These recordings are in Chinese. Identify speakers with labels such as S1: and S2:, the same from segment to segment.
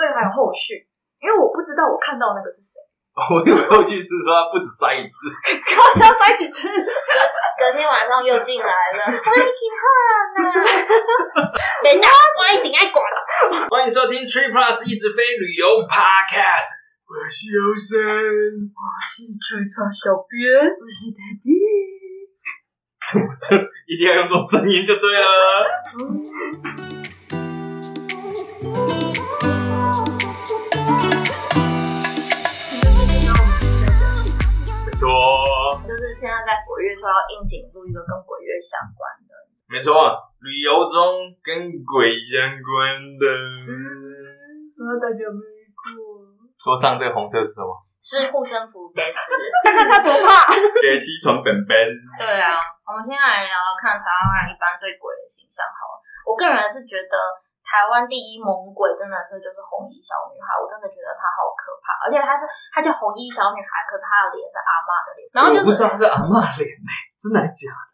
S1: 还有后续，因为我不知道我看到那个是谁，
S2: 我以为后续是说他不止塞一次，
S1: 他是要塞几次？
S3: 隔天晚上又进来 了，我已经恨了，没打我一定爱管。
S2: 欢迎收听 Tree Plus 一直飞旅游 Podcast，我是欧森。
S1: 啊是追查小编，不是 Daddy。
S2: 这一定要用这种声音就对了。
S1: 嗯
S3: 然后我们就在这里
S2: 没错，
S3: 就是现在在鬼月说要应景录一个跟鬼月相关的，
S2: 没错，啊旅游中跟鬼相关的。
S1: 嗯，不知道大家有没有遇过？
S2: 桌上这个红色是什么？
S3: 是护身符给死人。
S1: 看看他多怕。
S2: 给西纯本本。
S3: 对啊，我们先来聊聊看台湾人一般对鬼的形象好了。我个人是觉得台湾第一猛鬼真的是就是红衣小女孩，我真的觉得她好可怕，而且她是她叫红衣小女孩，可是她的脸是阿嬷的脸，然后就
S2: 我不知
S3: 是
S2: 道他是阿嬷脸呢，真的还假的？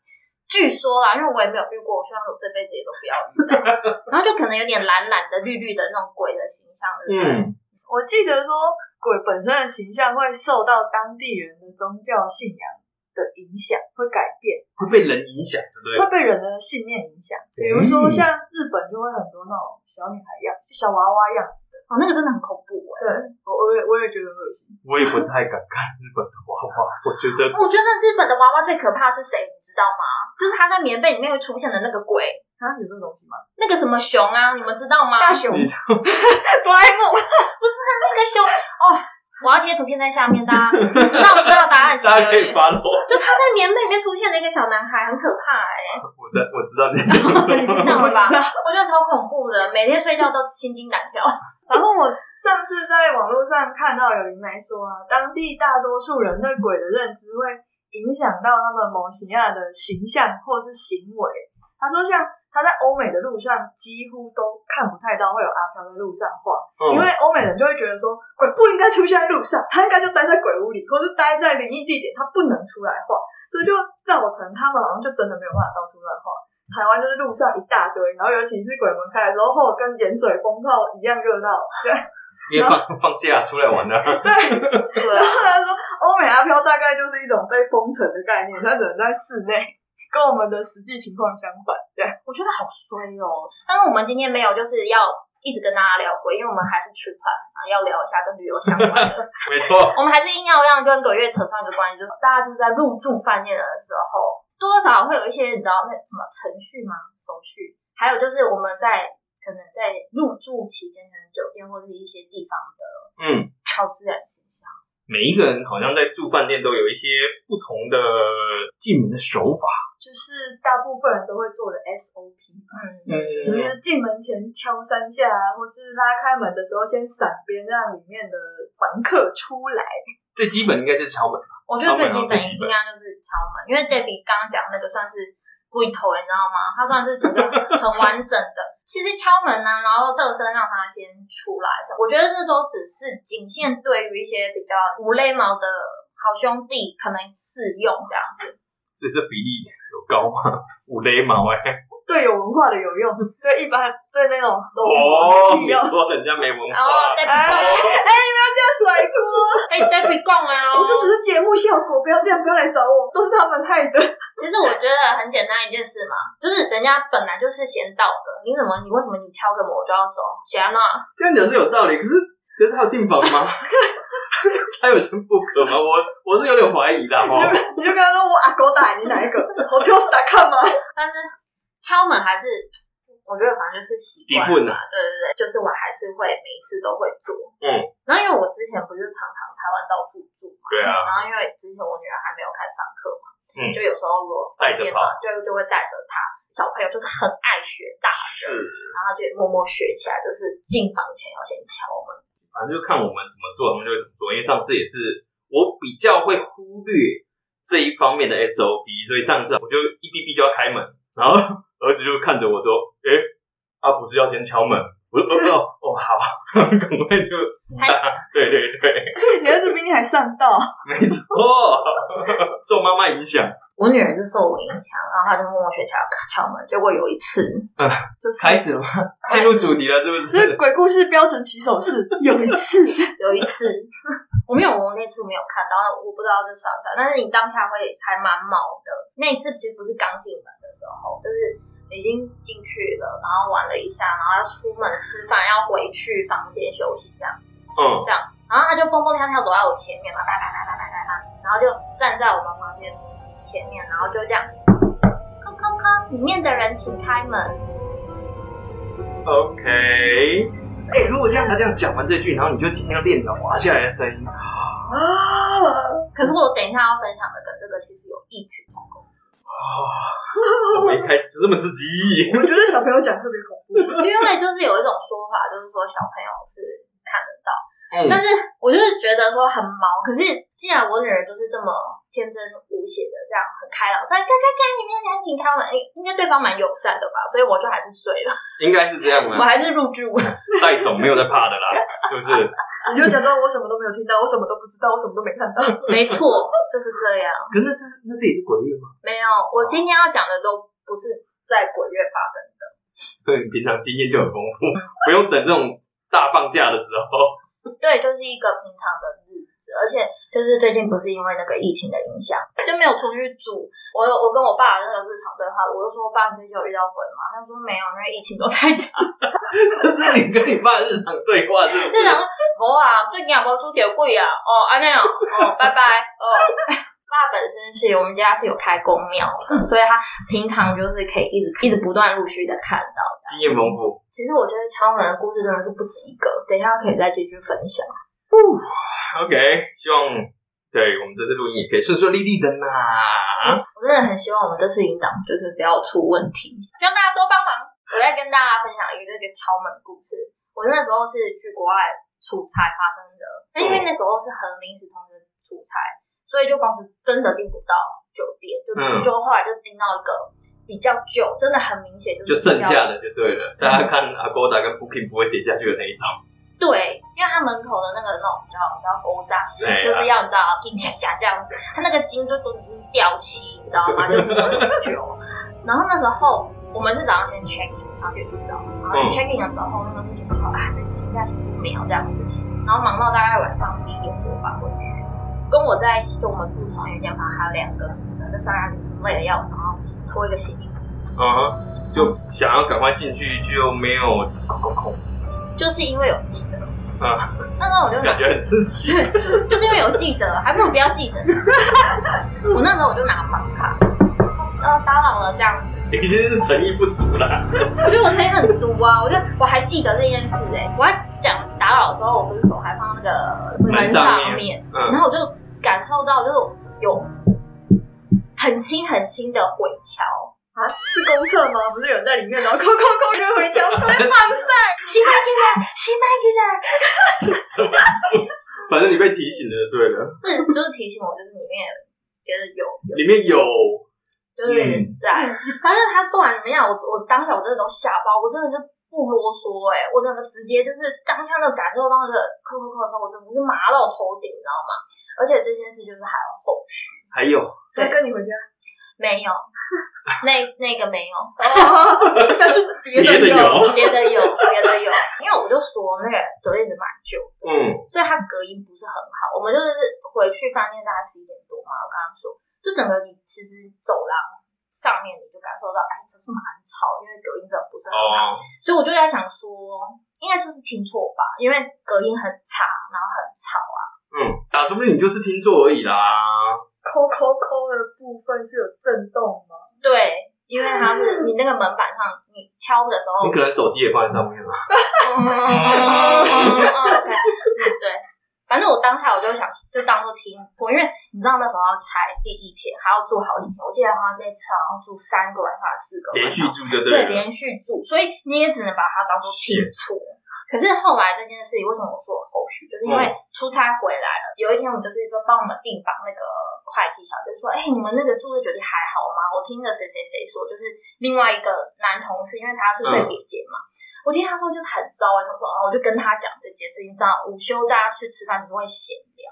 S3: 据说啦，因为我也没有遇过，我希望我这辈子也都不要遇到。 然后就可能有点蓝蓝的、绿绿的那种鬼的形象，对不对？
S2: 嗯，
S1: 我记得说，鬼本身的形象会受到当地人的宗教信仰的影响，会改变，
S2: 会被人影响，对不对？
S1: 会被人的信念影响。比如说，像日本就会很多那种小女孩样、小娃娃样子嗯的。
S3: 哦，那个真的很恐怖哎、
S1: 对，我我也我也觉得很恶心。
S2: 我也不太敢看日本的娃娃， 我觉得
S3: 哦我觉得日本的娃娃最可怕是谁，你知道吗？就是他在棉被里面会出现的那个鬼，
S1: 啊，有这东西吗？
S3: 那个什么熊啊，你们知道吗？
S1: 大熊、
S2: 你
S1: 哆啦 A 梦，
S3: 不是啊，那个熊哦，我要贴图片在下面，大家知道知道答案请
S2: 大家可
S3: 留
S2: 以
S3: 言。
S2: 发喽。
S3: 就他在棉被里面出现的一个小男孩，很可怕哎、
S2: 我的我知道这个。
S1: 你知
S3: 道了吧
S1: 道
S3: 我觉得超恐怖的，每天睡觉都心惊胆跳。
S1: 然后我上次在网络上看到有灵媒说啊，当地大多数人对鬼的认知会影响到他们某形亚的形象或是行为。他说，像他在欧美的路上几乎都看不太到会有阿飘在路上晃，因
S2: 嗯
S1: 为欧美人就会觉得说鬼不应该出现在路上，他应该就待在鬼屋里，或是待在灵异地点，他不能出来晃，所以就造成他们好像就真的没有办法到处乱晃。台湾就是路上一大堆，然后尤其是鬼门开的时候，或跟盐水风炮一样热闹。对，
S2: 也放 放假出来玩了。
S3: 对
S1: 然后他说，欧美阿飘大概就是一种被封城的概念，它只能在室内，跟我们的实际情况相反。对，
S3: 我觉得好衰哦。但是我们今天没有就是要一直跟大家聊鬼，因为我们还是 True Plus 嘛，要聊一下跟旅游相关的。
S2: 没错，
S3: 我们还是硬要让跟鬼月扯上一个关系，就是大家就是在入住饭店的时候，多多少少会有一些你知道那什么程序吗？手续，还有就是我们在可能在入住期间，可能酒店或者是一些地方的
S2: 嗯，
S3: 超自然现象。
S2: 每一个人好像在住饭店都有一些不同的进门的手法。
S1: 就是大部分人都会做的 SOP，
S3: 嗯，
S2: 嗯，
S1: 就是进门前敲三下啊，或是拉开门的时候先闪边，让里面的房客出来。
S2: 最基本应该就是敲门。
S3: 我觉得最
S2: 敲
S3: 基
S2: 门啊
S3: 本
S2: 最基
S3: 应
S2: 本
S3: 该就是敲门，因为 Debbie 刚刚讲那个算是龟头，你知道吗？它算是整个很完整的。 其实敲门呢、然后热身让它先出来什么，我觉得这都只是仅限对于一些比较无类毛的好兄弟可能适用这样子。
S2: 所以这比例有高吗？ 五雷毛哎、
S1: 对有文化的有用，对一般对那种
S2: 哦，
S1: 有
S2: 你
S1: 用。
S2: 说人家没文
S3: 然后
S2: 化，
S1: 哎哎，
S3: Debbie
S1: 你不要这样甩锅！
S3: 哎 Debbie 逛啊，
S1: 我这只是节目效果，不要这样，不要来找我，都是他们害的。
S3: 其实我觉得很简单一件事嘛，就是人家本来就是先到的，你怎么你为什么你敲个门我就要走？谁啊那？
S2: 这样讲是有道理。可是，可是他有订房吗？ 他有宣布可吗？我我是有点怀疑啦哈。哦
S1: 你就跟他说我阿狗打你哪一个？我挑是打看吗？
S3: 但是敲门还是，我觉得反正就是习惯
S2: 底部呢
S3: 嘛，对对对，就是我还是会每一次都会做。
S2: 啊嗯，
S3: 然后因为我之前不是常常台湾到处住嘛，
S2: 对啊，
S3: 然后因为之前我女儿还没有开始上课嘛，
S2: 嗯
S3: 就有时候我
S2: 带着跑
S3: 嘛，对，就会带着她。小朋友就是很爱学大人，
S2: 是，
S3: 然后她就默默学起来，就是进房前要先敲门。
S2: 反正就看我们怎么做，他们就会怎么做。因为上次也是我比较会忽略这一方面的 SOP，所以上次我就一哔哔就要开门，然后儿子就看着我说：“诶、啊不是要先敲门？”我说：“哦哦哦，好， 赶快就打。”对对对，
S1: 你儿子比你还上道，
S2: 没错，受妈妈影响。
S3: 我女儿就受我影响，然后她就默默学敲敲门。结果有一次，
S1: 就是
S2: 开始了吗？进入主题了，是不
S1: 这是
S2: 是？
S1: 鬼故事标准起手 式，有一次是
S3: 有一次，我没有，我那次没有看到，我不知道这算不算，但是你当下会还蛮毛的。那一次其实不是刚进门的时候，就是已经进去了，然后玩了一下，然后要出门吃饭，要回去房间休息这样子，
S2: 嗯，
S3: 这样，然后他就蹦蹦跳跳走在我前面，叭叭叭叭叭叭叭叭，然后就站在我们房间前面，然后就这样，哐哐哐，里面的人请开门。
S2: OK，哎、如果这样他这样讲完这句，然后你就听到链条滑下来的声音，
S1: 啊，
S3: 可是我等一下要分享的跟这个其实有异曲同工之
S2: 啊，怎么一开始就这么刺激？
S1: 我觉得小朋友讲特别恐怖，
S3: 妙， 因为就是有一种说法，就是说小朋友是看得到，
S2: 嗯，
S3: 但是我就是觉得说很毛。可是既然我女儿就是这么天真无邪的这样很开朗，说看看看里面赶紧开门，哎应该对方蛮友善的吧，所以我就还是睡了，
S2: 应该是这样
S3: 我
S2: 啊，
S3: 还是入住。
S2: 带总没有在怕的 啦，是不是？
S1: 你就假装我什么都没有听到，我什么都不知道，我什么都没看到。
S3: 没错，就是这样。
S2: 可是那是那是也是鬼月吗？
S3: 没有，我今天要讲的都不是在鬼月发生的。
S2: 对，你平常经验就很丰富，不用等这种大放假的时候。
S3: 对，就是一个平常的日子，而且就是最近不是因为那个疫情的影响，就没有出去住。我有我跟我爸的那个日常对话，我就说爸，你最近有遇到鬼吗？他说没有，因为疫情都在 家。
S2: 这是你跟你爸日常对话，是不
S3: 这人无啊，最近也无出条鬼啊，哦，安尼哦，哦，拜拜，哦。 爸本身是我们家是有开公庙的，所以他平常就是可以一直一直不断陆续的看到。
S2: 经验丰富。
S3: 其实我觉得敲门的故事真的是不止一个，等一下可以再继续分享。
S2: OK，希望对我们这次录音也可以顺顺利利的呢。
S3: 我真的很希望我们这次引导就是不要出问题，希望大家多帮忙。我再跟大家分享一个这个敲门故事。我那时候是去国外出差发生的，那因为那时候是很临时通知出差，所以就公司真的订不到酒店，就
S2: 嗯
S3: 就后来就订到一个比较久，真的很明显
S2: 就
S3: 就是
S2: 剩
S3: 比较
S2: 下的就对了，大家看 Agoda 跟 Booking 不会点下去的那一种。
S3: 对，因为他门口的那个那种比较比较勾扎，
S2: 对啊
S3: 就是要你知道金下下这样子，他那个金就都已经掉漆，你知道吗？就是很久。然后那时候我们是早上先 check in，然后就一早，然
S2: 嗯
S3: 后 check in 的时候，那个就觉得啊，这金价是不秒啊这样子，然后忙到大概晚上十一点多吧回去。跟我在一起，就我们住同一个间房，还有两个女生，那三个女生累得要死，然后拖一个行李
S2: 嗯哼，就想要赶快进去，就没有空空空，
S3: 就是因为有记得，
S2: 啊，
S3: 那时候我就拿
S2: 感觉很刺 激。
S3: 就是因为有记得，还不如不要 记得。我那时候我就拿房卡，呃，打扰了这样子。
S2: 已经是诚意不足了。
S3: 我觉得我诚意很足啊，我就我还记得这件事哎、我还讲打扰的时候，我不是手还放那个门
S2: 门上
S3: 面，
S2: 面
S3: 然
S2: 嗯，
S3: 后我就感受到就是有很轻很轻的回敲，
S1: 啊，是公厕吗？不是有人在里面，然后扣扣扣人回 家，快放散！
S3: 西麦给仔，西麦
S2: 反正你被提醒了，对了，
S3: 给仔，是就是提醒我，就是里面就是有有
S2: 里面有，
S3: 就是
S2: 嗯
S3: 在，反正他说完怎么样，我我当下我真的都吓爆，我真的是不啰嗦哎、我真的直接就是当下那感受到那个扣扣扣的时候，我真的是麻到头顶，你知道吗？而且这件事就是还有后续，
S2: 还有，
S1: 他哎跟你回 家，
S3: 没有， 那那个没有，
S1: 哦，但是别
S2: 别的
S1: 的
S2: 有
S3: 别的有，别的有，因为我就说那个酒店一直蛮久，
S2: 嗯，
S3: 所以它隔音不是很好。我们就是回去饭店大概十一点多嘛，我刚刚说，就整个你其实走廊上面你就感受到，哎，真的蛮吵，因为隔音真的不是很
S2: 哦，
S3: 好。所以我就在想说，应该就是听错吧，因为隔音很差，然后很吵啊。
S2: 嗯，啊，说不定你就是听错而已啦。
S1: 扣扣扣的部分是有震动吗？
S3: 对，因为它是你那个门板上，你敲的时候
S2: 你，可能手机也放在上面了。
S3: 嗯嗯嗯嗯嗯嗯，OK，对。反正我当下我就想，就当做听错，因为你知道那时候才第一天，还要住好几天。我记得好像那次好像住三个晚上还是四个晚
S2: 连续
S3: 上，
S2: 住就
S3: 对，
S2: 对了。
S3: 连续住，所以你也只能把它当做听错。可是后来这件事情，为什么我说有后续，就是因为出差回来了，有一天我就是就帮我们订房那个会计小姐说，哎、你们那个住的酒店还好吗？我听了谁谁谁说，就是另外一个男同事，因为他是睡别间嘛。我听他说哦就是很糟啊，什么什么，然后我就跟他讲这件事情，这样午休大家去吃饭只是会闲聊，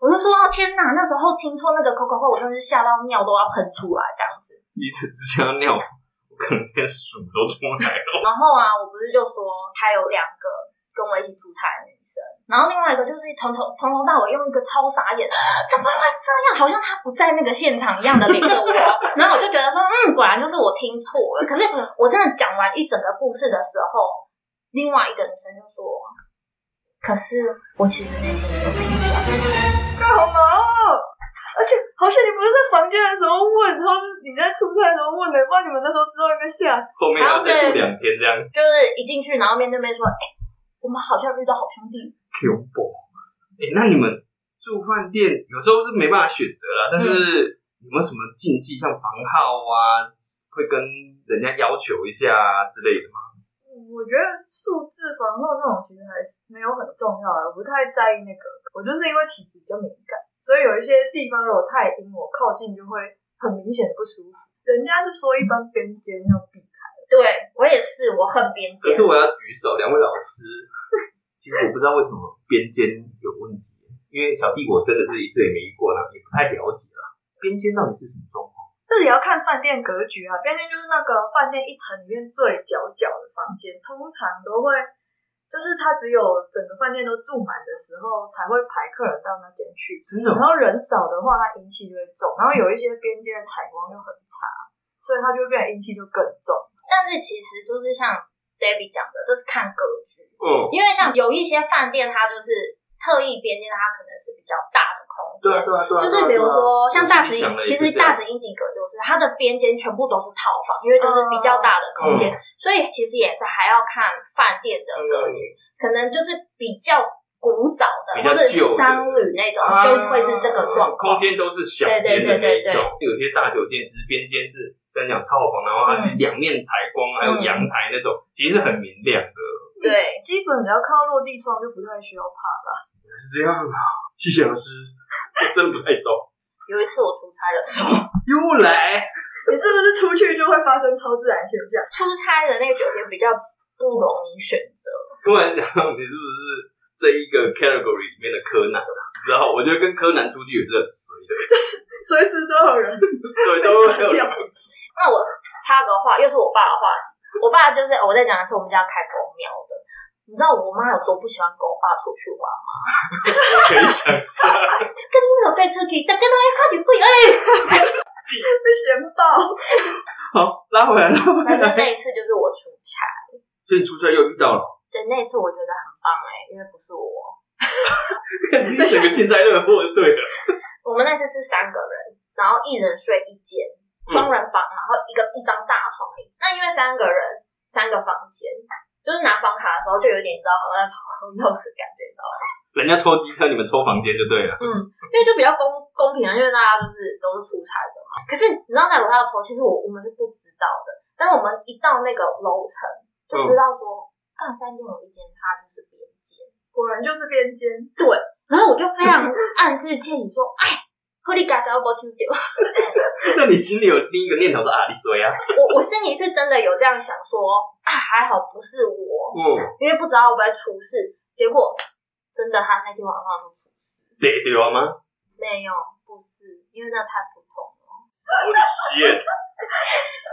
S3: 我就说天哪，那时候听说那个 Coco 我真的是吓到尿都要喷出来这样子。
S2: 你只只想要尿，我可能连鼠都出 来了。
S3: 然后啊，我不是就说还有两个跟我一起出差的女生，然后另外一个就是从头从头到尾用一个超傻眼， 怎么会这样？好像她不在那个现场一样的领着我。然后我就觉得说，嗯，果然就是我听错了。可是我真的讲完一整个故事的时候，另外一个女生就说，可是我其实那天没有听到。
S1: 干好忙哦！而且好像你不是在房间的时候问，或是你在出差的时候问的，不然你们那时候知道应该吓死。
S2: 后面还要再住两天这样
S3: 就是一进去，然后面对面说，哎、我们好像遇到好兄弟。
S2: 恐怖。哎、那你们住饭店有时候是没办法选择啦，但是有没有什么禁忌，像房号啊，会跟人家要求一下啊之类的吗？
S1: 我觉得数字房号那种其实还是没有很重要啊，我不太在意那个。我就是因为体质比较敏感，所以有一些地方如果太阴，我靠近就会很明显的不舒服。人家是说一般边间要避开，
S3: 对我也是，我恨边
S2: 可。
S3: 界
S2: 是我要举手，两位老师，其实我不知道为什么边间有问题，因为小弟我真的是一次也没遇过啦，也不太了解啦。边间到底是什么状况？
S1: 这也要看饭店格局啊。边间就是那个饭店一层里面最角角的房间，通常都会就是它只有整个饭店都住满的时候才会排客人到那间去，
S2: 真的
S1: 然
S2: 吗？
S1: 后人少的话，它阴气就会重，然后有一些边界的采光又很差，所以它就会变得阴气就更重。
S3: 但是其实就是像 David 讲的，这是看格局，
S2: 嗯，
S3: 因为像有一些饭店，它就是特意编进它可能是比较大的空
S2: 对啊
S3: 间。
S2: 对啊对啊。嗯
S3: 就是比如说像大直，其实大
S2: 直
S3: 直英迪格就是它的边间全部都是套房，因为这是比较大的空
S2: 嗯
S3: 间，所以其实也是还要看饭店的格局，可能就是比较古早的
S2: 嗯比较
S3: 或者
S2: 旧的啊
S3: 商旅那种，就会是这个状况
S2: 空。间都是小间的那一
S3: 对对对对
S2: 种，有些大酒店其实边间是跟你讲套房，然后它
S3: 嗯
S2: 是两面采光，还有阳台那种，其实很明亮的。
S3: 对，
S1: 基本只要看到落地窗就不太需要怕了。
S2: 原来是这样啊，谢谢老师，我 真的不太懂。
S3: 有一次我出差的时候，
S2: 又来，
S1: 你是不是出去就会发生超自然现象？
S3: 出差的那个酒店比较不容易选择。
S2: 突然想到你是不是这一个 category 里面的柯南啊？你知道，我觉得跟柯南出去也是很随的，
S1: 随时都有人。
S2: 对，都会有人
S3: 那我插个话，又是我爸的话题。我爸就是我再讲一次，我们家开公庙的。你知道我妈有多不喜欢跟我爸出去玩吗？
S2: 我可以想象，
S3: 跟老被出去，大家都要靠近贵哎。
S1: 被嫌爆，
S2: 好，拉回来，拉回
S3: 但是
S2: 来。
S3: 那一次就是我出差，
S2: 所以你出差又遇到 了，
S3: 对，那一次我觉得很棒哎、因为不是我，
S2: 自己整个幸灾乐祸就对了。
S3: 我们那次是三个人，然后一人睡一间双人房，然后一个一张大床而已。那因为三个人三个房间，就是拿房卡的时候就有点你知道好像在抽钥匙感觉，你知道吗？
S2: 人家抽机车，你们抽房间就对了。
S3: 嗯，因为就比较公公平啊，因为大家就是都是出差的嘛。可是你知道在楼下抽，其实我我们是不知道的，但我们一到那个楼层就知道说，干、三间有一间它就是边间，
S1: 果然就是边间。
S3: 然后我就非常暗自窃喜说，哎。喝里嘎达不听丢，
S2: 那你心里有第一个念头是啊，你谁啊？
S3: 我我心里是真的有这样想说啊，还好不是我，
S2: 嗯，
S3: 因为不知道会不会出事。结果真的，他那天晚上就出事，
S2: 对对啊吗？
S3: 没有，不是，因为那太普通了。
S2: 我的 shit，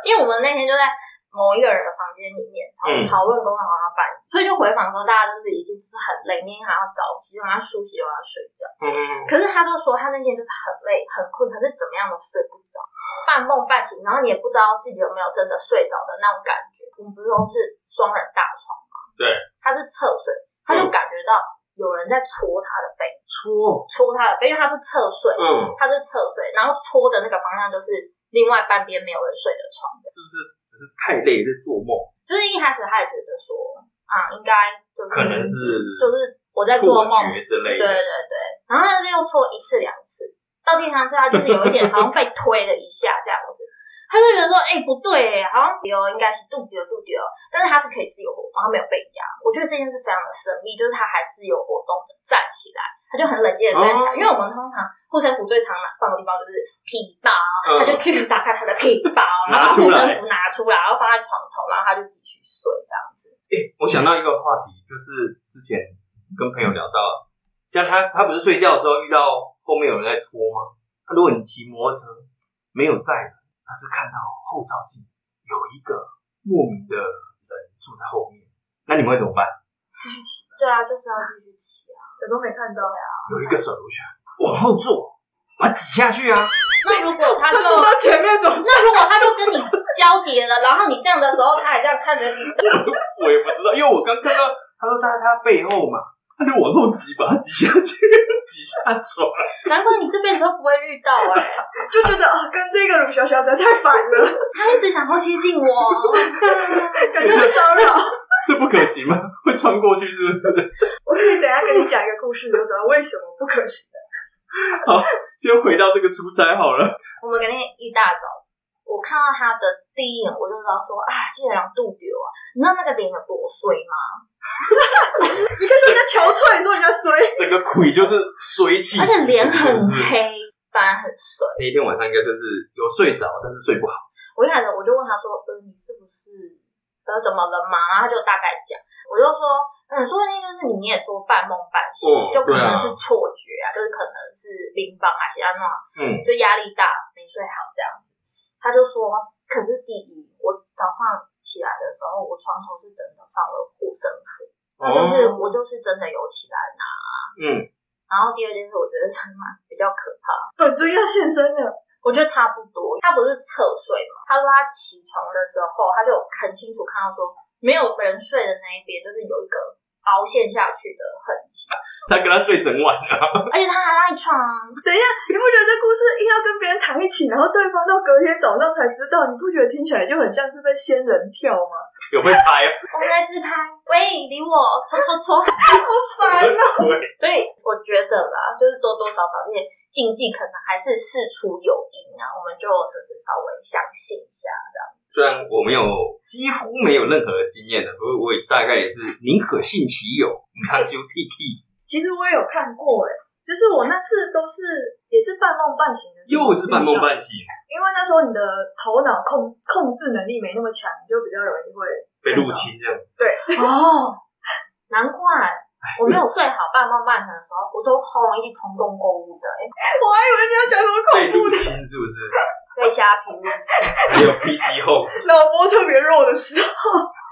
S3: 因为我们那天就在某一个人的房间里面讨
S2: 嗯
S3: 讨论公司要办，所以就回房的时候大家就是已经就是很累，明天还要早起，又要梳洗，又要睡觉。
S2: 嗯，
S3: 可是他就说他那天就是很累很困，可是怎么样都睡不着，半梦半醒，然后你也不知道自己有没有真的睡着的那种感觉。我们不是都是双人大床吗？
S2: 对，嗯
S3: 他是侧睡，他就感觉到有人在戳他的背，
S2: 错，
S3: 戳他的背，因为他是侧睡，
S2: 嗯，
S3: 他是侧睡，然后戳的那个方向就是另外半边没有人睡的床。
S2: 是不是只是太累在做梦？
S3: 就是一开始他也觉得说啊，应该就是
S2: 可能是
S3: 嗯就是我在
S2: 错
S3: 做梦，
S2: 觉之类
S3: 对对
S2: 的。
S3: 对，然后他就又错一次两次，到第三次他就是有一点好像被推了一下这样子，他就觉得说哎、不对、好像丢应该是杜丢杜丢，但是他是可以自由活动，他没有被压，我觉得这件事非常的神秘，就是他还自由活动的站起来。他就很冷静的站起来，
S2: 哦
S3: 因为我们通常护身符最常拿放的地方就是皮包，他
S2: 嗯，
S3: 就去打开他的皮包，然
S2: 拿
S3: 后把
S2: 出
S3: 护
S2: 来
S3: 身符拿出来，然后放在床头，然后他就继续睡这样子。
S2: 诶我想到一个话题，就是之前跟朋友聊到，像他他不是睡觉的时候遇到后面有人在搓吗？那如果你骑摩托车没有载人，但是看到后照镜有一个莫名的人住在后面，那你们会怎么办？
S1: 继续骑，
S3: 对啊，就是要继续骑啊。
S1: 假装没看到。
S2: 有一个手游选，往后坐，把它挤下去啊！
S3: 那如果他
S1: 他
S3: 就
S1: 坐到前面走，
S3: 那如果他就跟你交叠了，然后你这样的时候，他还这样看着你，
S2: 我也不知道，因为我刚看到他说他在他背后嘛，他就往后挤，把它挤下去， 挤下床。
S3: 难怪你这辈子都不会遇到哎、
S1: 就觉得哦，跟这个鲁小小实在太烦了，
S3: 他一直想要接近我，
S1: 感觉很骚扰。
S2: 这不可行吗？会穿过去是不是？
S1: 我可以等一下跟你讲一个故事，你就知道为什么不可行。
S2: 先回到这个出差好了。
S3: 我们隔天一大早，我看到他的第一眼，我就知道说，啊，这个人度丢啊！你知道那个脸有多衰吗？
S1: 你可以说人家憔悴，你说人家衰，
S2: 整个鬼就是衰气，
S3: 而且脸
S2: 是
S3: 很
S2: 不是。
S3: 黑，反而很衰。
S2: 那一天晚上应该就是有睡着，但是睡不好。
S3: 我一开始我就问他说，呃，你是不是呃怎么了嘛？然后他就大概讲，我就说，嗯，说不定就是你也说半梦半醒，
S2: 哦
S3: 就可能
S2: 对啊
S3: 是错觉啊，就是可能是淋巴啊，其他那种
S2: 嗯，
S3: 就压力大没睡好这样子。他就说，可是第一，我早上起来的时候，我床头是真的放了护身符，那就是、
S2: 哦，
S3: 我就是真的有起来拿。
S2: 嗯，
S3: 然后第二件事，我觉得真的蛮比较可怕的
S1: 本尊要现身了。
S3: 我觉得差不多。他不是侧睡嘛？他说他起床的时候，他就很清楚看到说，没有人睡的那一边，就是有一个凹陷下去的痕迹，
S2: 他跟他睡整晚 啊，
S3: 而且他还赖床。
S1: 等一下，你不觉得这故事硬要跟别人躺一起，然后对方到隔天早上才知道，你不觉得听起来就很像是被仙人跳吗？
S2: 有被拍，
S3: 我们来自拍，喂，理我，搓搓搓。
S1: 好烦啊！
S2: 对，
S3: 所以我觉得啦，就是多多少少这些禁忌，可能还是事出有因啊，我们就就是稍微相信一下。
S2: 虽然我没有几乎没有任何经验的，不过我也大概也是宁可信其有，你看就 T T，
S1: 其实我也有看过哎、就是我那次都是也是半梦半醒的，
S2: 又是半梦，半醒，
S1: 因为那时候你的头脑控控制能力没那么强，你就比较容易会
S2: 被入侵这样。
S3: 哦， 难怪。我没有睡好半梦半醒的时候，我都超容易冲动购物的、
S1: 哎
S3: 欸，
S1: 我还以为你要讲什么
S2: 被
S1: 恐怖
S2: 入
S1: 的，
S2: 侵是不是？
S3: 被虾皮入侵。
S2: 还有 PC 后，
S1: 脑波特别弱的时候。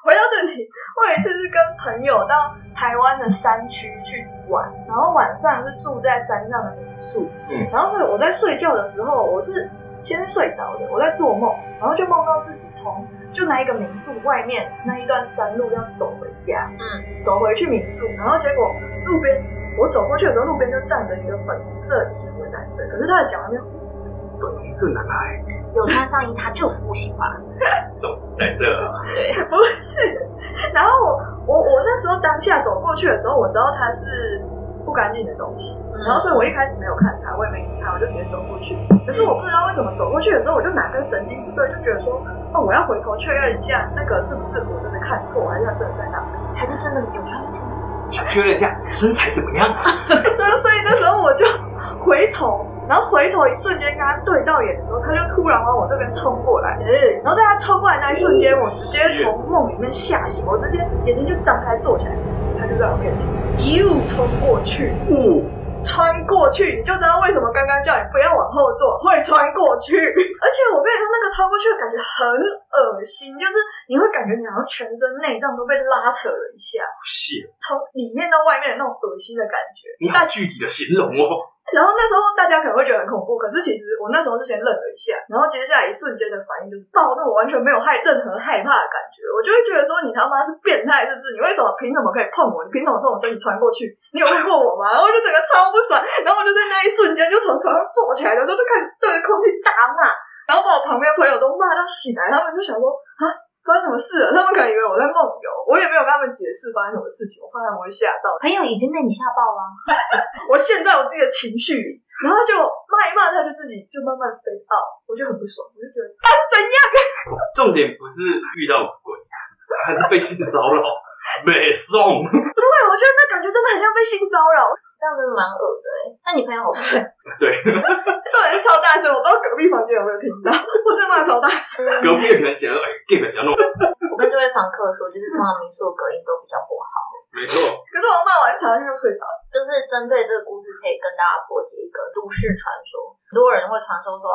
S1: 回到正题，我有一次是跟朋友到台湾的山区去玩，然后晚上是住在山上的民宿，
S2: 嗯，
S1: 然后所以我在睡觉的时候，我是先睡着的，我在做梦，然后就梦到自己从就那一个民宿外面那一段山路要走回家，
S3: 嗯，
S1: 走回去民宿，然后结果路边我走过去的时候，路边就站着一个粉红色衣服的男生，可是他的脚还没有
S2: 粉红色男孩，
S3: 有穿上衣他就是不喜欢。
S2: 总在这儿，
S3: 对，
S1: 不是，然后我我我那时候当下走过去的时候，我知道它是不干净的东西，然后所以我一开始没有看它，我也没理它，我就直接走过去。可是我不知道为什么走过去的时候，我就哪根神经不对，就觉得说，哦，我要回头确认一下，那个是不是我真的看错，还是它真的在那？
S3: 还是真的有穿衣服。
S2: 想确认一下身材怎么样啊？
S1: 所以所以那时候我就回头，然后回头一瞬间跟他对到眼的时候，他就突然往我这边冲过来。
S3: 嗯，
S1: 然后在他冲过来那一瞬间，我直接从梦里面吓醒，我直接眼睛就张开坐起来，他就在我面前，
S3: 哟，
S1: 冲过去，
S2: 哦，
S1: 穿过去，你就知道为什么刚刚叫你不要往后坐，会穿过去。而且我跟你说，那个穿过去的感觉很恶心，就是你会感觉你好像全身内脏都被拉扯了一下，
S2: 谢，
S1: 从里面到外面的那种恶心的感觉。
S2: 你好具体的形容哦，
S1: 然后那时候大家可能会觉得很恐怖，可是其实我那时候是先愣了一下，然后接下来一瞬间的反应就是暴怒，完全没有害任何害怕的感觉，我就会觉得说你他妈是变态是不是？你为什么凭什么可以碰我？你凭什么从我身体穿过去？你有害过我吗？然后我就整个超不爽，然后我就在那一瞬间就从床上坐起来的时候就开始对着空气大骂，然后把我旁边朋友都骂到醒来，他们就想说啊。发生什么事了？他们可能以为我在梦游，我也没有跟他们解释发生什么事情，我怕他们会吓到。
S3: 朋友已经被你吓爆了。
S1: 我陷在我自己的情绪里，然后就骂一骂，他就自己就慢慢飞 out，我就很不爽，我就觉得他是怎样？
S2: 重点不是遇到鬼， 还是被性骚扰，美送，
S1: 对，我觉得那感觉真的很像被性骚扰，
S3: 这样真的蛮恶的哎、那你朋友好帅，
S2: 对，
S1: 重点是超大声，我不知道隔壁房间有没有听到， 我真的骂超大声。
S2: 隔壁的可能想要，哎，gay 想要弄，
S3: 我跟这位房客说，就是通常民宿的隔音都比较不好，
S2: 没错，
S1: 可是我骂完讨厌就睡着了。
S3: 就是针对这个故事，可以跟大家破解一个都市传说。很多人会传说说，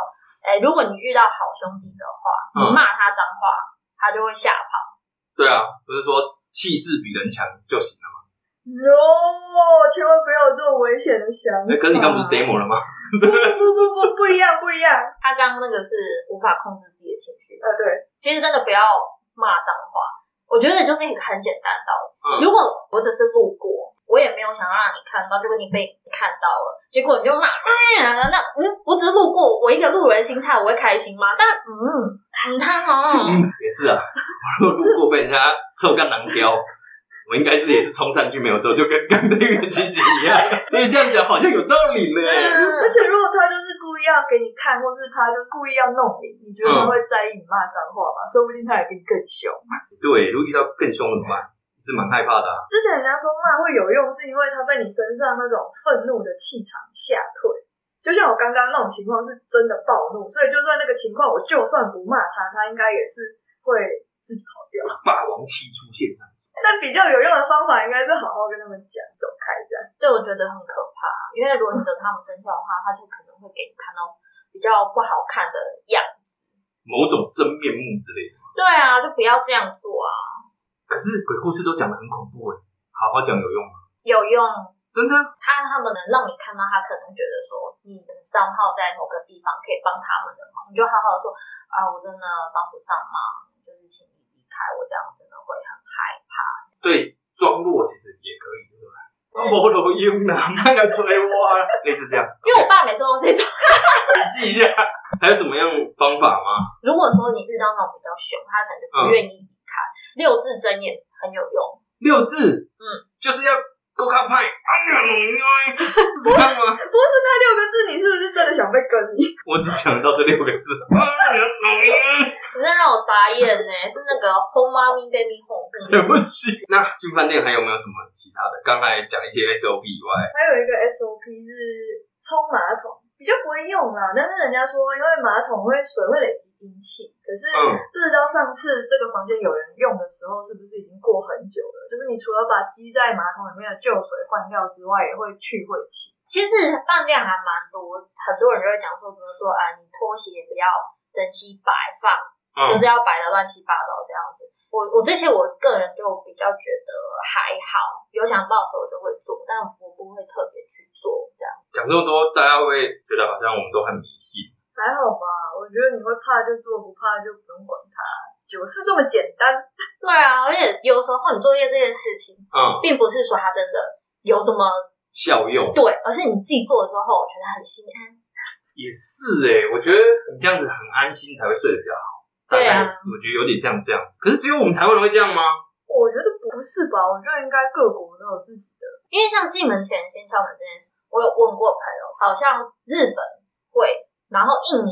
S3: 哎，如果你遇到好兄弟的话，
S2: 嗯
S3: 你骂他脏话，他就会吓跑。
S2: 对啊，不是说气势比人强就行了吗？
S1: No，千万不要有这种危险的想法。
S2: 哎，可是你刚不是 demo 了吗？
S1: 不不不不一样不一样。
S3: 他刚刚那个是无法控制自己的情绪的。
S1: 呃，对，
S3: 其实真的不要骂脏话，我觉得就是一个很简单的道理。
S2: 嗯
S3: 如果我只是路过，我也没有想要让你看到，结果你被你看到了，结果你就骂，嗯，那那嗯，我只是路过，我一个路人心态，我会开心吗？但嗯，很
S2: 嗯
S3: 烫哦，，
S2: 也是啊，我如果被人家臭干狼叼，我应该是也是冲上去没有错，就跟刚才那个情景一样， 所以这样讲好像有道理呢。
S1: 而且如果他就是故意要给你看，或是他就故意要弄你，你觉得
S2: 嗯
S1: 他会在意你骂脏话吗？说不定他也比你更凶。
S2: 对，如果遇到更凶的怎么办？是蛮害怕的啊、
S1: 之前人家说骂会有用，是因为他被你身上那种愤怒的气场吓退。就像我刚刚那种情况是真的暴怒，所以就算那个情况，我就算不骂他，他应该也是会自己跑掉。
S2: 霸王气出现啊，
S1: 但比较有用的方法应该是好好跟他们讲，走开这样。
S3: 对，我觉得很可怕，因为如果你惹他们生气的话，他就可能会给你看到比较不好看的样子。
S2: 某种真面目之类的。
S3: 对啊，就不要这样做啊，
S2: 可是鬼故事都讲得很恐怖哎，好好讲有用吗？
S3: 有用
S2: 真的？啊
S3: 他他们能让你看到，他可能觉得说你上号在某个地方可以帮他们的忙，你就好好地说啊，我真的帮不上忙，就是请你离开我，这样真的会很害怕。
S2: 对，装弱其实也可以，对吧？
S3: 嗯
S2: 啊，我都用啦，那个吹我啦，类似这样，
S3: 因为我爸每次都这种。
S2: 笔记一下。还有什么样方法吗？
S3: 如果说你遇到那种比较凶，他可能就不愿意离开。六字真言很有用，
S2: 六字，
S3: 嗯，
S2: 就是要够卡派，哎呀，容易，是这样吗？
S1: 不是那六个字，你是不是真的想被跟你？
S2: 我只想到这六个字，哎呀，容易。
S3: 你真的让我傻眼呢、是那个轰妈咪 baby 轰。
S2: 对不起。那进饭店还有没有什么其他的？刚才讲一些 SOP 以外，
S1: 还有一个 SOP 是冲马桶，比较不会用啦。但是人家说，因为马桶会水会累积阴气，可是
S2: 嗯，
S1: 不知道上次这个房间有人用的时候，是不是已经过很久了？就是你除了把积在马桶里面的旧水换掉之外，也会去晦气。
S3: 其实饭店还蛮多，很多人就会讲说，比如说啊，你拖鞋不要整齐摆放。就
S2: 嗯，
S3: 是要摆的乱七八糟这样子。我我这些我个人就比较觉得还好，有想到的时候就会做，但我不会特别去做这样。
S2: 讲这么多，大家会觉得好像我们都很迷信。
S1: 还好吧，我觉得你会怕就做，不怕就不用管它。酒是这么简单，
S3: 对啊，而且有时候你做一些这件事情，
S2: 嗯，
S3: 并不是说它真的有什么
S2: 效用
S3: 对，而是你自己做了之后觉得很心安。
S2: 也是诶、我觉得你这样子很安心才会睡得比较好。
S3: 对啊
S2: 大概我觉得有点像这样子。可是只有我们台湾人会这样吗？
S1: 我觉得不是吧？我觉得应该各国都有自己的。
S3: 因为像进门前先敲门这件事，我有问过朋友，好像日本会，然后印尼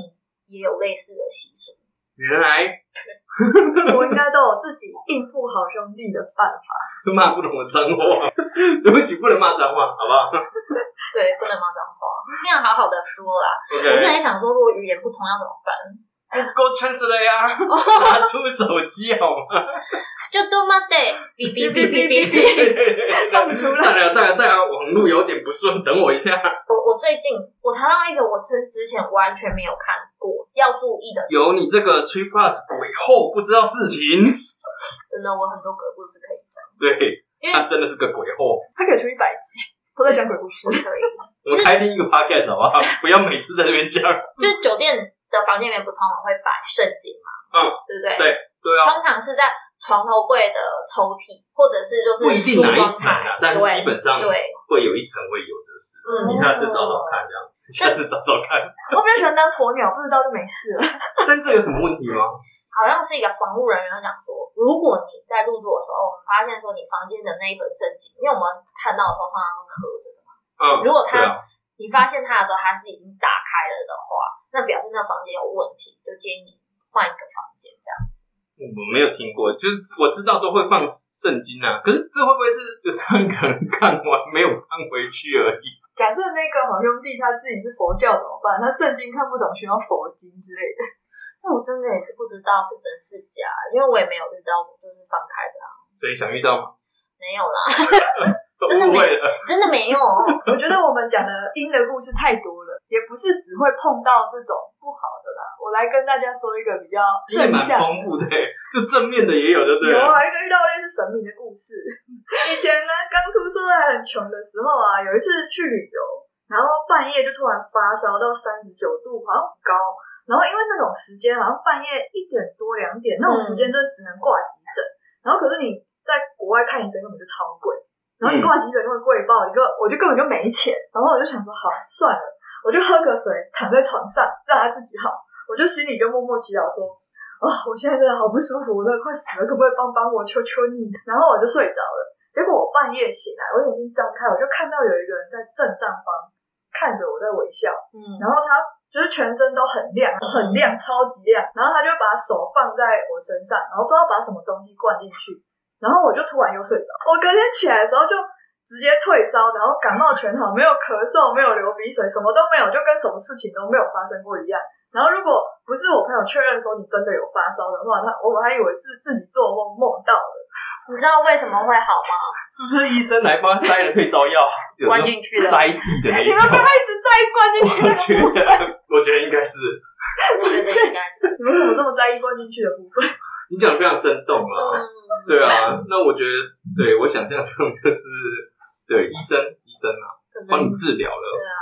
S3: 也有类似的习俗。
S2: 原来
S1: 各国应该都有自己应付好兄弟的办法。
S2: 骂不懂的脏话， 对不起，不能骂脏话，好不好
S3: 对，不能骂脏话，一定要好好的说啦。我是
S2: ？OK，
S3: 在想说，如果语言不通要怎么办？
S2: g o Translate 啊，
S3: 哦
S2: 拿出手机好吗？
S3: 就多么得 哔哔哔哔哔哔。
S2: 对对对，
S1: 放出来
S2: 大家大家大家网路有点不顺，等我一下。
S3: 我我最近我查到一个我是之前完全没有看过，要注意的。
S2: 有你这个 Tree Plus 鬼后不知道事情，
S3: 真的，我很多鬼故事可以讲，
S2: 对，
S3: 因为
S2: 他真的是个鬼后。
S1: 他可以出一百集，都在讲鬼故事
S3: 我。可以，
S2: 我们开另一个 podcast 好不好？不要每次在这边讲。
S3: 就是酒店的房间里面不通常会摆圣经嘛，
S2: 嗯，
S3: 对不对？
S2: 对对啊，
S3: 通常是在床头柜的抽屉，或者是就是
S2: 不一定哪一
S3: 梳
S2: 层
S3: 妆台
S2: 啊，但是基本上
S3: 对对，
S2: 会有一层会有的是。
S3: 嗯
S2: 你下次找找看，这样子，下次找找看。
S1: 我比较喜欢当鸵鸟，不知道就没事了。
S2: 但这有什么问题吗？
S3: 好像是一个防务人员讲说，如果你在入住的时候，我们发现说你房间的那一本圣经，因为我们看到的时候通常是合着的嘛，
S2: 嗯，
S3: 如果
S2: 对啊，
S3: 他你发现它的时候，它是已经打开了的话，那表示那房间有问题，就建议你换一个房间这样子。
S2: 我没有听过，就是我知道都会放圣经啊，可是这会不会是 有三个人看完没有放回去而已？
S1: 假设那个好兄弟他自己是佛教怎么办？他圣经看不懂，需要佛经之类的。
S3: 这我真的也是不知道是真是假，因为我也没有遇到过就是放开的啊。
S2: 所以想遇到吗？
S3: 哎、没有啦， 真的
S2: 误
S3: 没
S2: 会了，
S3: 真的没有。哦嗯
S1: 我觉得我们讲的阴的故事太多了，也不是只会碰到这种不好的啦。我来跟大家说一个比较
S2: 其
S1: 正
S2: 实蛮
S1: 向的
S2: 丰富的，就正面的也有，就对
S1: 有
S2: 了。
S1: 啊，一个遇到类似神明的故事。以前呢，刚出社会还很穷的时候啊，有一次去旅游，然后半夜就突然发烧到三十九度，好像很高。然后因为那种时间，好像半夜一点多两点那种
S2: 嗯
S1: 时间，真的只能挂急诊。然后可是你在国外看医生根本就超贵，然后你挂急诊根本贵爆，你根本我就根本就没钱。然后我就想说，好算了，我就喝个水，躺在床上让他自己好。我就心里就默默祈祷说，啊、我现在真的好不舒服，我都快死了，可不可以帮帮我，求求你？然后我就睡着了。结果我半夜醒来，我眼睛张开，我就看到有一个人在正上方看着我在微笑，
S3: 嗯，
S1: 然后他就是全身都很亮，很亮，超级亮。然后他就把手放在我身上，然后不知道把什么东西灌进去，然后我就突然又睡着。我隔天起来的时候就直接退烧，然后感冒全好，没有咳嗽，没有流鼻水，什么都没有，就跟什么事情都没有发生过一样。然后如果不是我朋友确认说你真的有发烧的话，他我还以为是自己做梦梦到了。
S3: 你知道为什么会好吗？
S2: 是不是医生来帮他塞了退烧药，有那
S3: 关
S2: 种
S3: 进去了
S2: 塞剂的那一
S1: 你们不
S2: 种？
S1: 要一直在意灌进去
S2: 我
S1: 的
S2: 觉
S1: 部分，
S2: 得，我觉得应该是
S3: 我觉得应该 是。
S1: 你们 怎么这么在意灌进去的部分？
S2: 你讲的非常生动啊。
S3: 嗯，
S2: 对啊，那我觉得，对我想象中就是，对医生，医生啊，
S3: 可能
S2: 帮你治疗了。
S1: 啊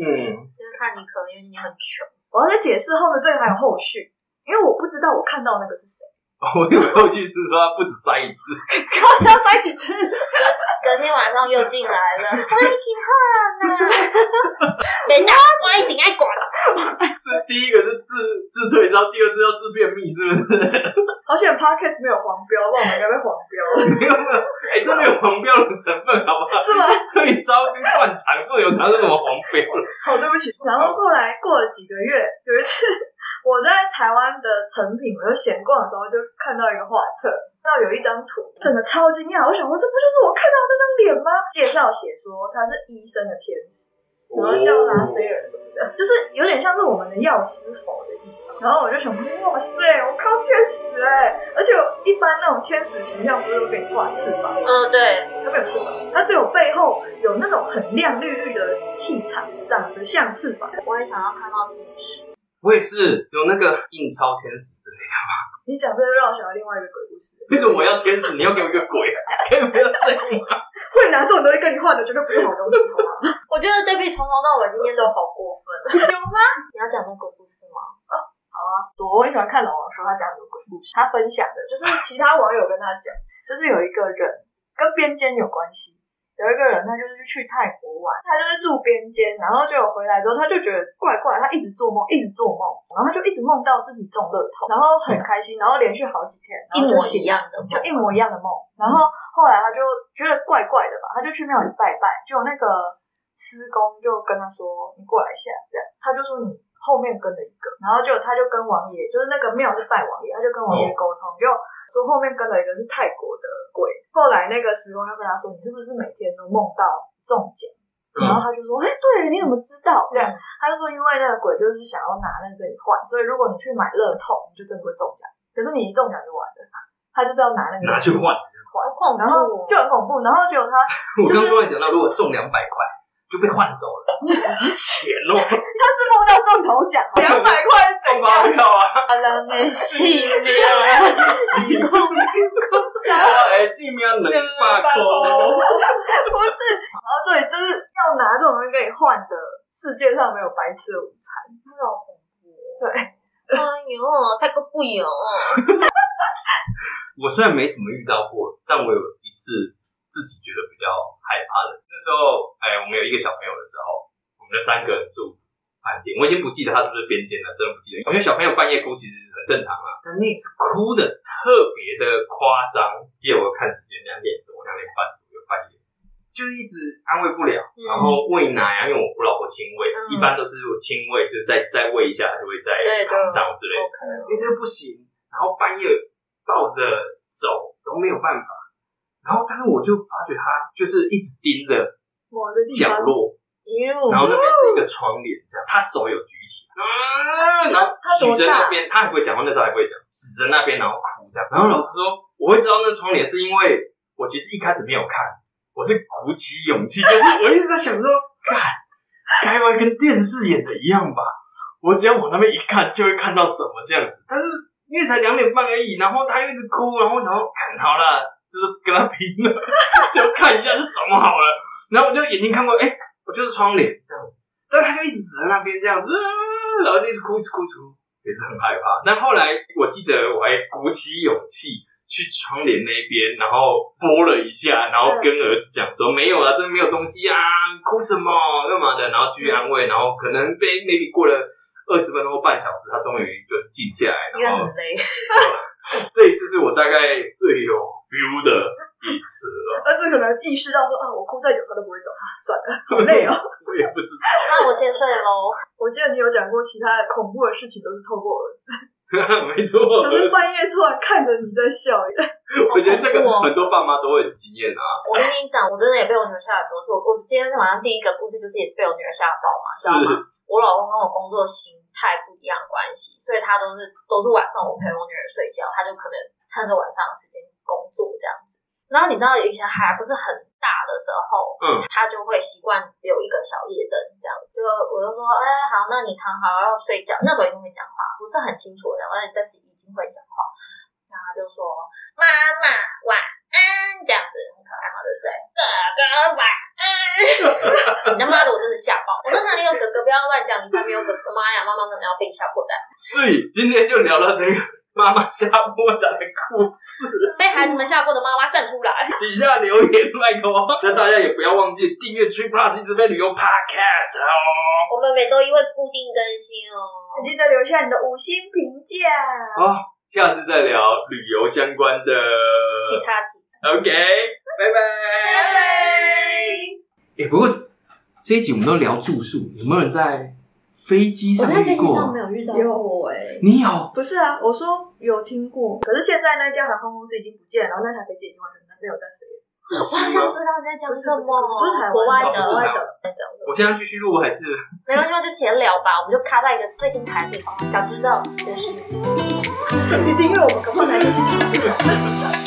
S2: 嗯，
S3: 就是看你可能因为你很穷。
S1: 我要再解释后面这个还有后续，因为我不知道我看到那个是谁，
S2: 我以为后续是说他不止塞一次，
S1: 然后要塞几次，
S3: 隔天晚上又进来了， 我已经恨了， 别打，我一定爱管了。
S2: 是第一个是治治退烧，第二次要治便秘，是不是？
S1: 好险 podcast 没有黄标，不然我们应该被黄标了，
S2: 没有没有，哎，这没有黄标的成分，好不好？
S1: 是吗？
S2: 退烧跟灌肠这有哪是什么黄标了？
S1: 好，对不起。然后过来过了几个月，有一次我在台湾的成品，我就闲逛的时候就看到一个画册，看到有一张图，整个超惊讶。我想说，这不就是我看到的那张脸吗？介绍写说他是医生的天使，然后叫拉
S2: 哦
S1: 斐尔什么的，就是有点像是我们的药师佛的意思。然后我就想，哇塞，我靠天使哎、而且我一般那种天使形象不是都给你画翅膀吗？
S3: 呃，对，
S1: 它没有翅膀，它只有背后有那种很亮绿绿的气场，长得像翅膀。
S3: 我也想要看到天使。
S2: 我也是有那个印钞天使之类的。
S1: 你讲这就让我想到另外一个鬼故事，
S2: 为什么我要天使？你 要给我一个鬼？可以不要这样吗？
S1: 会拿这种东西跟你换的绝对不是好东西，好吗？
S3: 我觉得 David 从头到尾今天都好过分。
S1: 有吗？
S3: 你要讲那个故事吗？
S1: 好啊，我很喜欢看老王说他讲的鬼故事，他分享的就是其他网友跟他讲，就是有一个人跟边间有关系。有一个人，他就是去泰国玩，他就是住边间，然后就有回来之后，他就觉得怪怪，他一直做梦，一直做梦，然后他就一直梦到自己中乐透，然后很开心，然后连续好几天，然后就醒来
S3: 样的
S1: 就一模一样的梦。然后后来他就觉得怪怪的吧，他就去庙里拜拜，结果那个师公就跟他说：“你过来一下。”这样，他就说你后面跟了一个，然后就他就跟王爷，就是那个庙是拜王爷，他就跟王爷沟通，就说后面跟了一个是泰国的鬼。后来那个师公就跟他说：“你是不是每天都梦到中奖？”然后他就说：“哎、对，你怎么知道？”这样，他就说：“因为那个鬼就是想要拿那个跟你换，所以如果你去买乐透，你就真的会中奖。可是你一中奖就完了，他就是要拿那个
S2: 拿去换。
S1: 换
S3: 好恐怖哦
S1: 然后就很恐怖。然后结果他
S2: 我刚突然想到，如果中两百块就被换走了，不值钱哦，
S1: 他是梦到中头奖，两百块是怎
S2: 中
S1: 样？
S2: 发票啊，
S3: 好了，没戏了，奇怪。
S2: 哎，性命能挂
S1: 哦
S2: 空。
S1: 不是，然后对，就是要拿这种东西跟你换的，世界上没有白吃的午餐。
S3: 好恐怖。
S1: 对，
S3: 哎呦，太个贵哦！
S2: 我虽然没什么遇到过，但我有一次自己觉得比较害怕的。那时候，哎，我们有一个小朋友的时候，我们就三个人住饭店，我已经不记得他是不是边间了，真的不记得，因为小朋友半夜哭其实很正常啊。但那次哭的特别的夸张，记得我看时间两点多、两点半左右半夜，就一直安慰不了，
S3: 嗯
S2: 然后喂奶啊，因为我我老婆亲喂，一
S3: 嗯
S2: 般都是我亲喂，就再再喂一下，她就会再
S3: 对
S2: 躺
S3: 对
S2: 上之类的。因为这个不行，然后半夜抱着走都没有办法。然后，但是我就发觉他就是一直盯着
S1: 某一个地
S2: 角
S1: 方，哦
S2: 落，
S3: 呦，
S2: 然后那边是一个窗帘，这样，他手有举起来，嗯，然后
S1: 他多
S2: 举着
S1: 大
S2: 那边，他还不会讲话，那时候还不会讲，指着那边然后哭这样。然后老师说，我会知道那窗帘是因为我其实一开始没有看，我是鼓起勇气，就是我一直在想说，看，该不会跟电视演的一样吧？我只要往那边一看，就会看到什么这样子。但是因为才两点半而已，然后他又一直哭，然后我想说，看好了，就是跟他拼了，就看一下是什么好了。然后我就眼睛看过，哎、我就是窗帘这样子，但他就一直指着那边这样子，啊然后就一直哭，一直哭，一直哭，也是很害怕。但后来我记得我还鼓起勇气去窗帘那边，然后拨了一下，然后跟儿子讲说没有啊，真的没有东西啊，哭什么干嘛的，然后继续安慰，然后可能被 maybe 过了二十分钟或半小时，他终于就是静下来，
S3: 因为
S2: 然
S3: 很
S2: 后
S3: 累，
S2: 这一次是我大概最有 feel 的一次了，
S1: 儿子可能意识到说啊，我哭再久他都不会走，啊算了，好累哦。
S2: 我也不知道。
S3: 那我先睡喽。
S1: 我记得你有讲过，其他的恐怖的事情都是透过儿子，
S2: 没错，
S1: 就是半夜突然看着你在笑，
S2: 我觉得这个
S3: 好恐怖哦
S2: 很多爸妈都会有经验啊。
S3: 我跟你讲，我真的也被我女儿吓得多次。我我今天晚上第一个故事就是也是被我女儿吓爆嘛，你知 道吗？我老公跟我工作形态不一样的关系，所以他都是都是晚上我陪我女儿睡觉，他就可能趁着晚上的时间工作这样子。然后你知道以前还不是很大的时候，
S2: 嗯
S3: 他就会习惯留一个小夜灯这样，就我就说，哎，好，那你躺好要睡觉。那时候一定会讲话，不是很清楚的，但是已经会讲话。然后他就说，妈妈晚安，这样子很可爱嘛，对不对？哥哥晚安。你他妈的，我真的吓爆！我说哪里有哥哥？不要乱讲，你才没有哥哥！妈呀，妈妈真的要被你吓破胆。
S2: 所以今天就聊到这个妈妈下播的故事，
S3: 被孩子们吓过的妈妈站出来。
S2: 底下留言 like 哦。 那大家也不要忘记订阅 Tree Plus 一直飞旅游 Podcast 哦。
S3: 我们每周一会固定更新哦。
S1: 记得留下你的五星评价。
S2: 好，下次再聊旅游相关的。
S3: 其他题材，
S2: OK，拜拜。拜
S1: 拜。
S2: 哎、不过这一集我们都聊住宿，有没有人在飞机上遇过？
S3: 有遇到
S1: 过
S3: 哎、
S2: 你有？
S1: 不是啊，我说有听过，可是现在那家航空公司已经不见了，然后那台飞机已经完全没有在飞了。
S3: 我好像知道你在讲
S1: 不是
S3: 什么，
S1: 不是不是不是台湾
S3: 国外
S2: 哦不是
S1: 国
S2: 台
S1: 外
S2: 湾
S3: 的，
S1: 的，
S2: 我现在继续录还是？
S3: 没关系，那就闲聊吧，我们就卡在一个最近台的地方，想知道的事。
S1: 你订阅我们，可不可以来一起？